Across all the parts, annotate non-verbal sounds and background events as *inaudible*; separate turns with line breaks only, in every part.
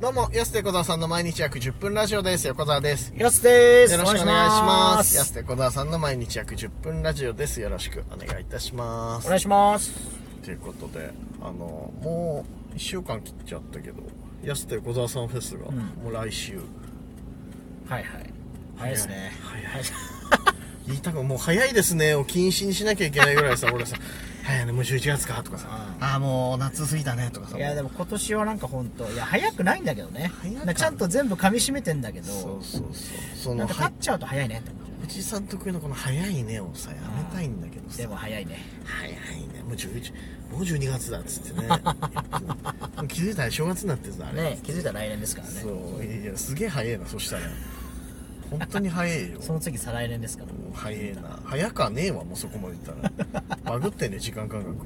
どうも、安手小沢さんの毎日約10分ラジオです。横澤です。
やすです
よろしくお願いします。安手
お
小沢さんの毎日約10分ラジオです。よろしくお願いいたします。
願いします
ということで、あの、もう1週間切っちゃったけど、安手小沢さんフェスが、
ん
もう来週。
はいはい早いですね
早い。言いたくもう早いですねを禁止にしなきゃいけないぐらいさ、俺さ、早いね、もう11月かとかさ、
う
ああ、もう夏過ぎたねとかさ、
いやでも今年はなんか本当いや早くないんだけどね
早くない
なんかちゃんと全部噛み締めてんだけ
そ
ど
うそうそう。そ
な
の
んか、勝っちゃうと早いねって思っちゃ
藤井さん得意のこの早いねをさ、やめたいんだけど
う
さ
で、も早いね
早いね、もう11、もう12月だっつってね。 *laughs* もう気づいたら正月になってさ、あれ。
ね気づいたら来年ですからね
そう、いや、すげえ早いな、そしたら。本当に早いよ。
*laughs* その次再来年ですから
もう早えな早かねえわもうそこまでいったら *laughs* バグってんね時間感覚を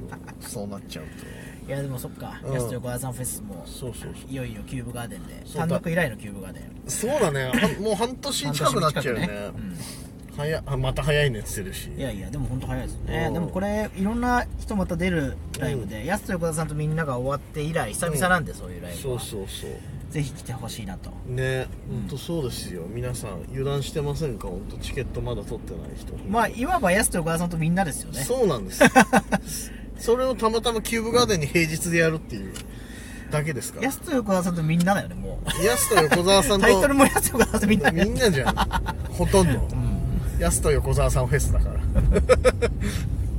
そうなっちゃうと
いやでもそっか
うん
やすと横田さんフェスも
そうそうそ
いよいよキューブガーデンで
そうだ
単独以来のキューブガーデン
うそうだねはもう半年近くなっちゃうよね
半年近くうん
早あまた早いねっつってるし
いやいやでも本当早いですよね
うん
でもこれいろんな人また出るライブで、やすと横田さんとみんなが終わって以来久々なんで、そういうライブ
そ
は
うそうそう
ぜひ来てほしいなと
ね本当そうですよ皆さん油断してませんか本当チケットまだ取ってない人
まあいわばやすと横田さんとみんなですよね
そうなんです
*laughs*
それをたまたまキューブガーデンに平日でやるっていうだけですから
やすと横田さんとみんなだよねもう
やすと横澤さんと
タイトルもやすと横田さんとみんなだ
み
よ
んなじゃんほとんど、やすと横澤さんフェスだから *laughs*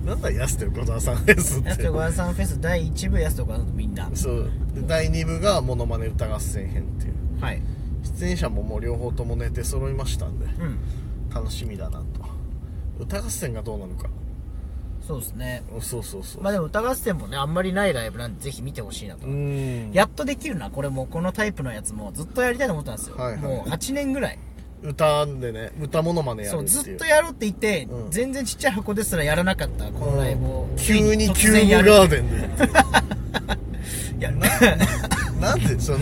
なんだやすと横澤さんフェスっ
やすと
て
横田さんフェス第1部やすと横田さんとみんな
そうで第2部が「モノマネ歌合戦編」っていう
はい
出演者ももう両方とも寝て揃いましたんで
うん
楽しみだなと歌合戦がどうなのか
そうですね
うんそうそうそう、
まあでも歌合戦もねあんまりないライブなんでぜひ見てほしいなと、
うーん
やっとできるなこれもこのタイプのやつもずっとやりたいと思ったんですよ、
はいはい
もう8年ぐらい
歌でね歌モノマネやる
そ
っ
う
ていう
ずっとやろうって言って、
うん
全然ちっちゃい箱ですらやらなかったこのライブを、
急にキ
突
ュ
然や
ーブ
る
ガーデンで
やる
なんでその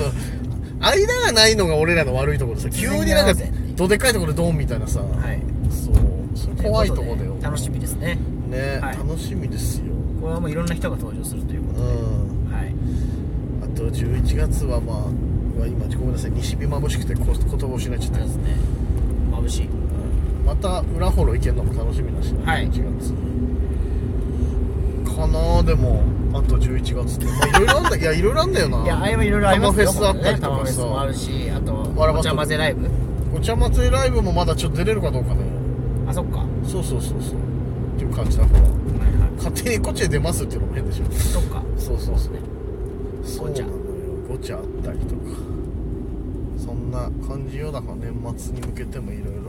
間がないのが俺らの悪いところでさ急になんかどでかいところでドンみたいなさ、
*laughs* はい
そうそう怖いところだよ
で楽しみですね
ね、
はい
楽しみですよ
これはもういろんな人が登場するというこ
うん
とはい
あと11月はまあうわ今ごめんなさい西日眩しくてこ言葉を失っちゃっ
そう
た
ですね眩しい
また裏幌行けるのも楽しみだしね、
はい
11月かなあでもあと11月って、まあ、いろいろあん *laughs* だいやいろいろあんだよない
やあれはいろいろありますよ
タマフェスあったりとかさ
タマフェスもあるしあと
わらば
お茶混ぜライブ
お茶祭りライブもまだちょっと出れるかどうかね
あそっかは
そうそうそうそうっていう感じだから
いは
勝手にこっちで出ますっていうのも変でしょ
いそっか
そうそうそうそう
ご
な
ちゃ
のよごちゃあったりとかそんな感じよだから年末に向けてもいろいろ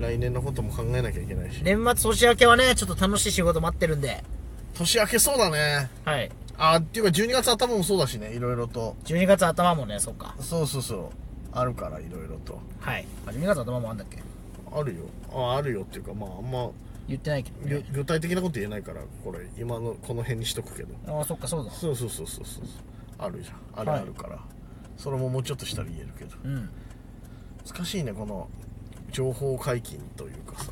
来年のことも考えなきゃいけないし
年末年明けはねちょっと楽しい仕事待ってるんで
年明けそうだね
はい
あっていうか12月頭もそうだしねいろいろと
12月頭もねそっか
そうそうそうあるからいろいろと
はいあ12月頭もあんだっけ
あるよああるよっていうかまああんま
言ってないけど、
具
ね、
具体的なこと言えないからこれ今のこの辺にしとくけど
あそっかそうだ
そうそうそうそうそうあるじゃんあれ
はい
あるから、それももうちょっとしたら言えるけど
うん
難しいねこの情報解禁というかさ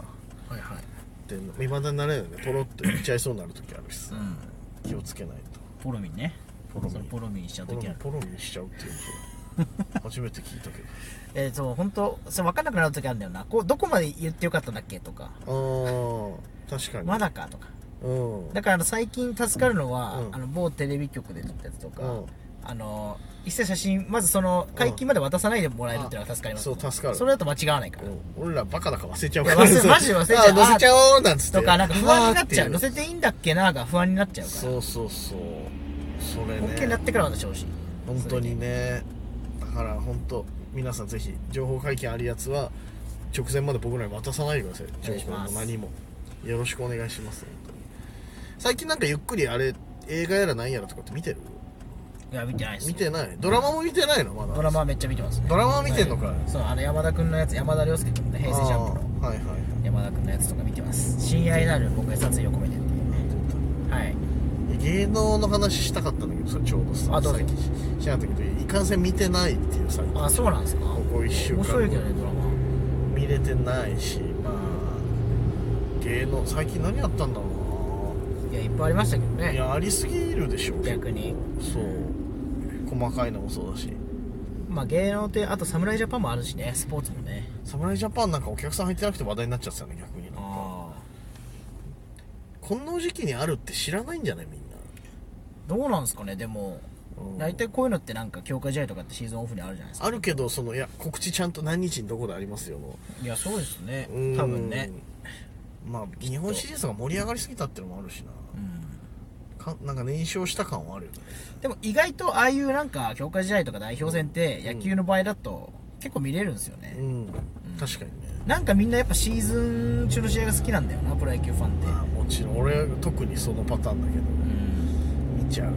はいはい
で未だになれないよねポロッと言っちゃいそうになる時あるしさ
うん
気をつけないと
ポロミンね
ポロミン
そのポロミンしちゃう
ポロ
時ある
ポロにしちゃうっていう
*laughs*
の初めて聞いたけ
えー、そう本当それ分かんなくなる時あるんだよなこうどこまで言ってよかったんだっけとか
どああ確かに
まだかとか
うん
だからあの最近助かるのは、
うん
あの某テレビ局で撮ったやつとか、
うん
あの一切写真まずその解禁まで渡さないでもらえるっていうのは助かります、
そう助かる
それだと間違わないから、
うん俺らバカだから忘れちゃう
い
か
や
ら
忘れマジで忘れちゃう
あー乗せちゃおうなんつって
とかなんか不安になっちゃ
あ
う
ー
載
てい
せていいんだっけなが不安になっちゃうから
そうそうそうそれね
OK になってから私欲しい
本当にねだから本当皆さんぜひ情報解禁あるやつは直前まで僕らに渡さないでください
お願いし
情報
ま
も
す
何もよろしくお願いします本当に最近なんかゆっくりあれ映画やら何やらとかって見てる
いや見てないです
見てないドラマも見てないのまだ
ドラマはめっちゃ見てますね
ドラマは見てんのかい
そうあの山田君のやつ山田涼介君の平成ジャンプの
あーはいはいはい
山田君のやつとか見てます親愛なる僕へ殺意を込めてっていうはい
芸能の話したかったんだけどさちょうどさ
あどうぞ
さっきしなかったけどいかんせん見てないっていうさ
あそうなんですか
ここ一週間
面白いけどねドラマ
見れてないしまあ芸能最近何やったんだろう
いやいっぱいありましたけど
ない
ね
やありすぎるでしょ
逆に
そう小細かいのもそうだし
まあ芸能ってあと侍ジャパンもあるしねスポーツもね
侍ジャパンなんかお客さん入ってなくて話題になっちゃってたね逆になこんな時期にあるって知らないんじゃないみんな
どうなんですかねでも
うん
大体こういうのってなんか強化試合とかってシーズンオフにあるじゃないですか
あるけどそのいや告知ちゃんと何日にどこでありますよの
いやそうですね
うん
多分ね
まあ日本シリーズが盛り上がりすぎたってのもあるしな
う
か
ん
なんか燃焼した感はあるよね
でも意外とああいうなんか強化試合とか代表戦って野球の場合だと結構見れるんですよね
うん確かにね
なんかみんなやっぱシーズン中の試合が好きなんだよなプロ野球ファンって
まあもちろん俺は特にそのパターンだけど
うん
見ちゃう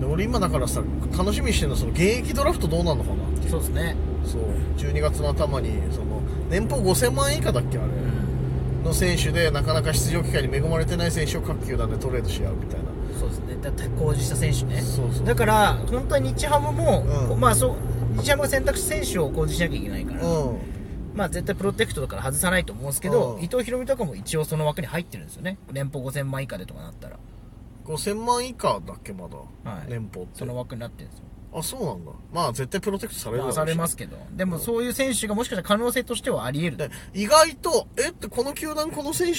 で俺今だからさ楽しみにしてるのはその現役ドラフトどうなのかなって
そうですね
そう12月の頭にその年俸5000万円以下だっけあれ
うん
の選手でなかなか出場機会に恵まれてない選手を各球団でトレードし合うみたいな
そうですねだって工事した選手ね
そうそう
だから本当は日ハムも、
うん
こうまあそう日ハムが選択肢選手を工事しなきゃいけないから、
うん
まあ絶対プロテクトだから外さないと思うんですけど、
うん
伊藤博美とかも一応その枠に入ってるんですよね年俸5000万以下でとかなったら
5000万以下だっけまだ、
はい
年俸って
その枠になってるんですよ
あそうなんだまあ絶対プロテクトされるだ
ま
ろ
あ
うし
されますけどでもそういう選手がもしかしたら可能性としてはあり得
で
る
意外とえってこの球団この選手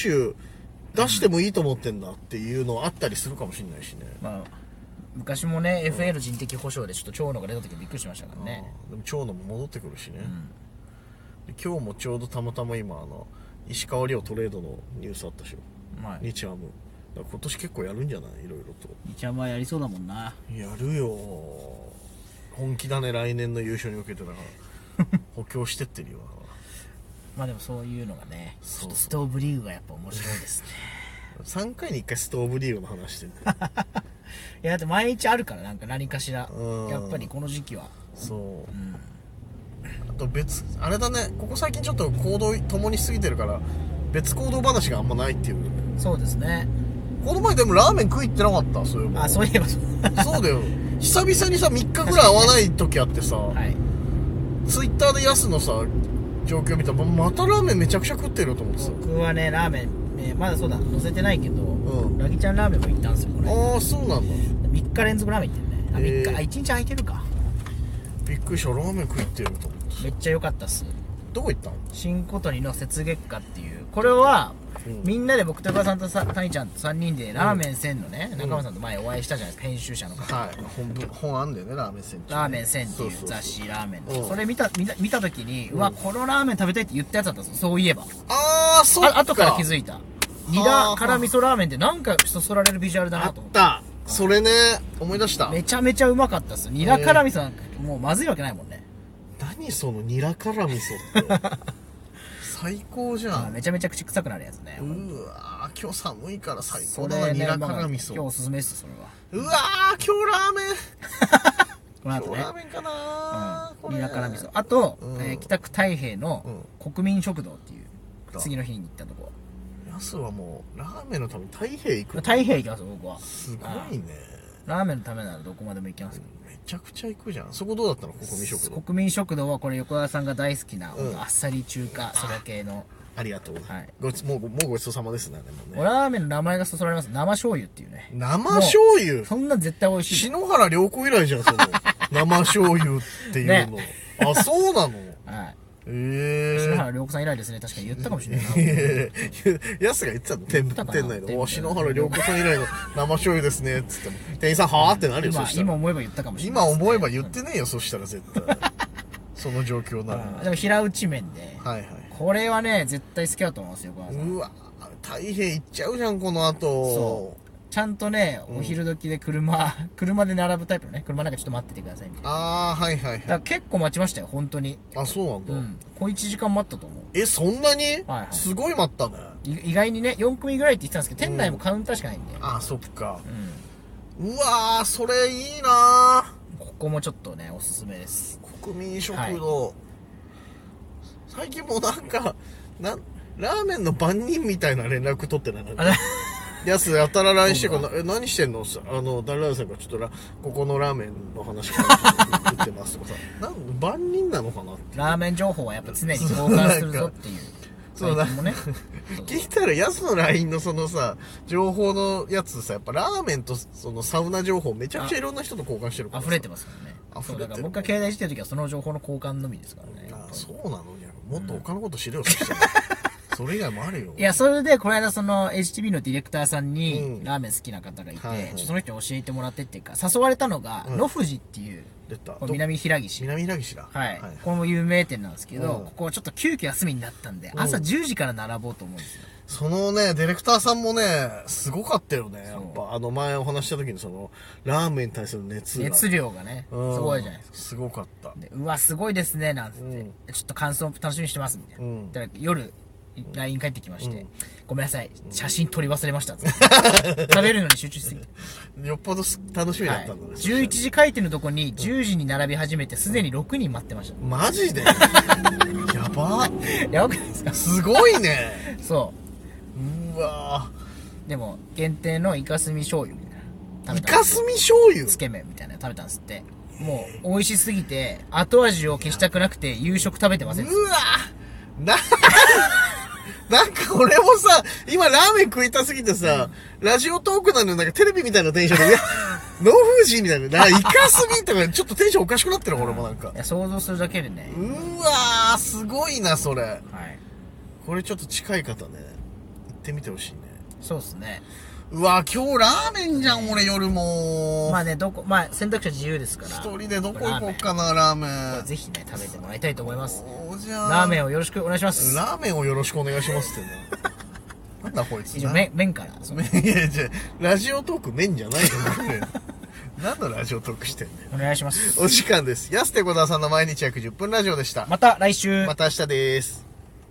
出してもいいと思ってんだっていうのあったりするかもしれないしね
まあ昔もね、FA の人的保障でちょっと長野が出た時びっくりしましたからね
うんでも長野も戻ってくるしね、
ん
で今日もちょうどたまたま今あの石川遼トレードのニュースあったでしょ
まあ
日ハムだから今年結構やるんじゃないいろいろと
日ハムはやりそうだもんな
やるよ本気だね来年の優勝に向けてだから
*laughs*
補強してってるよだか
まあでもそういうのがねち
そう
ょっとストーブリーグがやっぱ面白
*laughs*
いですね
ら3回に1回ストーブリーグの話してんだよ
いやだって毎日あるからなんか何かしら
うん
やっぱりこの時期は
そう
うん
あと別あれだねここ最近ちょっと行動共にしすぎてるから別行動話があんまないっていう
そうですね
この前でもラーメン食い行ってなかったそういえば
あそういえばそう
そうだよ久々にさ3日ぐらい会わない時あってさ、
はい
ツイッターでヤスのさ状況見たらまたラーメンめちゃくちゃ食ってると思ってさ
僕はねラーメン、えーまだそうだ載せてないけど、
ん
ラギちゃんラーメンも行ったんですよこれ
ああそうなんだ
3日連続ラーメン行ってるねあ3日、
へー
あ1日空いてるか
びっくりしたラーメン食いってると思って
めっちゃ良かったっす
どこ行ったの
新小鳥の雪月花っていうこれは、
うん
みんなで僕とかさんとさ谷ちゃんと3人でラーメン1000のね、中村さんと前お会いしたじゃないですか編集者の方
はい本部本あんだよねラーメンセン
ラーメン1000って
そ
いうう
そうそう
雑誌ラーメンの
うん
それ見た見た見た時に、うわこのラーメン食べたいって言ったやつだったんですよそういえば
ああそう
あ後から気づ
い
いたニラ辛味噌ラーメンってなんかそそられるビジュアルだ
あ
な
っ
と思って
たそれね思い出した
めちゃめちゃうまかったっすニラ辛味噌なんかもうまずいわけないもんね、
何そのニラ辛味噌って *laughs* 最高じゃ
あ
ん
めちゃめちゃ口臭くなるやつね
うわー今日寒いから最
そ
高
れ
だな、ニラ
まあ
辛味
今日
噌
おすすめっすそれは
うわー今日ラーメン
この
今
後
日
ね
ラーメンかなー、
う
こ
ん
れ
ニラ辛味噌あと、
うん
えー北区太平の国民食堂っていう、
うん
次の日に行ったとこ
ヤスはもうラーメンのために太平
*laughs*
行くの
太平行きます僕は
すごいね
ラーメンのためならどこまでも行けますよ
めちゃくちゃ行くじゃんそこどうだったの国民食堂
国民食堂はこれ横田さんが大好きな、
うん
あっさり中華そば系の
ありがとう、
はい
ごちもうもうごちそうさまですねでもね
ラーメンの名前がそそられます生醤油っていうね
生醤油
そんなん絶対美味しい、
篠原涼子以来じゃん
*laughs*
その生醤油っていうの、あそう
*laughs*
なの
はい、
え
篠
え
原涼子さん以来ですね確かに言ったかもしれないな
*laughs* やすが言ってたの店
たかな
店内
店内
で「
で
お篠原涼子さん以来の生醤油ですね」っつっても店員さん「はあ?」ってなるよそ
今
した
今
ら
思えば言ったかもしれな
今
いですね、
思えば言ってねえよそしたら絶対その状況なら
うんでも平打ち麺で、
はいはい
これはね絶対好きだと思いますよ横田さん
うわ大変いっちゃうじゃんこの後
そちゃんとね、お昼時で車、 *laughs* 車で並ぶタイプのね、車なんかちょっと待っててくださいみたいな。
ああはいはい
だ
は
か
い
ら結構待ちましたよ、本当に。
あそうなんだ、
うん。小1時間待ったと思う。
えそんなに、
はい
すごい待ったね
い意外にね、4組ぐらいって言ってたんですけど、店内もカウンターしかないんで。うん。
あそっかうわーそれいいな
ここもちょっとね、おすすめです。
ー国民食堂、最近もうなんかなんラーメンの番人みたいな連絡取ってないなんか
*laughs* あら
やすやたら LINE してこのえ何してんのさあの誰々さんがちょっとラここのラーメンの話から言って
*laughs*
ますとかさなん番人なのかなって
ラーメン情報はやっぱ常に交換するぞっていう。
そう
最近もね
聞いたらやすの LINE のそのさ情報のやつさやっぱラーメンとそのサウナ情報めちゃくちゃいろんな人と交換してるからさ
溢れてますからね
溢れてる
そうだから僕が携帯してる時はその情報の交換のみですからね
あそうなのいやもっと他のこと
*laughs*
知れよ、そしたらそれ以外もあるよ
いや、それで、この間、その、HTV のディレクターさ
う
んに
ん、
ラーメン好きな方がいて、
はいはい
ちょっとその人に教えてもらってっていうか、誘われたのが、
うん
野藤っていう、
出た
こう南平岸。
南平岸だ
はい
はい。
これも有名店なんですけど、
うん
ここちょっと急遽休みになったんで、
うん
朝10時から並ぼうと思うんですよ。
そのね、ディレクターさんもね、すごかったよね。や
そう
っぱ、あの前お話しした時にその、ラーメンに対する熱が。
熱量がね、す
うん
ごいじゃないですか。
すごかった。
でうわ、すごいですね、なんつっ
うん
て、ちょっと感想楽しみにしてます、みたいな。
うん
だから夜、LINE 帰ってきまして、
うん
ごめんなさい、写真撮り忘れまし
*laughs*
たっつって。食べるのに集中しすぎて。
よっぽどす楽しみだ
は
っ
い、
たんだね。
11時開店のとこに10時に並び始めてすでに6人待ってまし
マジ
*laughs*
でやば
たやばくないですか
すごいね
そう
わ
うでも限定のイカスミ醤油みたいな
イ
食べたん
カ
です
スミ醤油
つけ麺みたいなの食べたんですってもう美味しすぎて後味を消したくなくて夕食食べてません
うわな、 *laughs* なんか俺もさ、今ラーメン食いたすぎてさ、ラジオトークなのになんかテレビみたいなテンション
*laughs*
で、いや、ノーフージーみたいな、なんかイカスミとかちょっとテンションおかしくなってる俺もなんか
い。や想像するだけでね
うわー、すごいな、それ。
はい
これちょっと近い方ね、行ってみてほしいね。
そうですね
うわー、今日ラーメンじゃん、俺夜も。
まあねどこまあ選択肢は自由ですから
一人でどこ行こうかな、ラーメ
ラーメン
ン。
ぜひね食べてもらいたいと思います
そうじゃん
ラーメンをよろしくお願いします
ラーメンをよろしくお願いしますってね。なんだこいつ。
以上麺麺からそ
*laughs*
の
いや、じゃあラジオトークメンじゃないよ、僕何のラジオトークしてんだよ。
お願いします
お時間です。安手小沢さんの毎日約10分ラジオでした。
また来週
また明日です。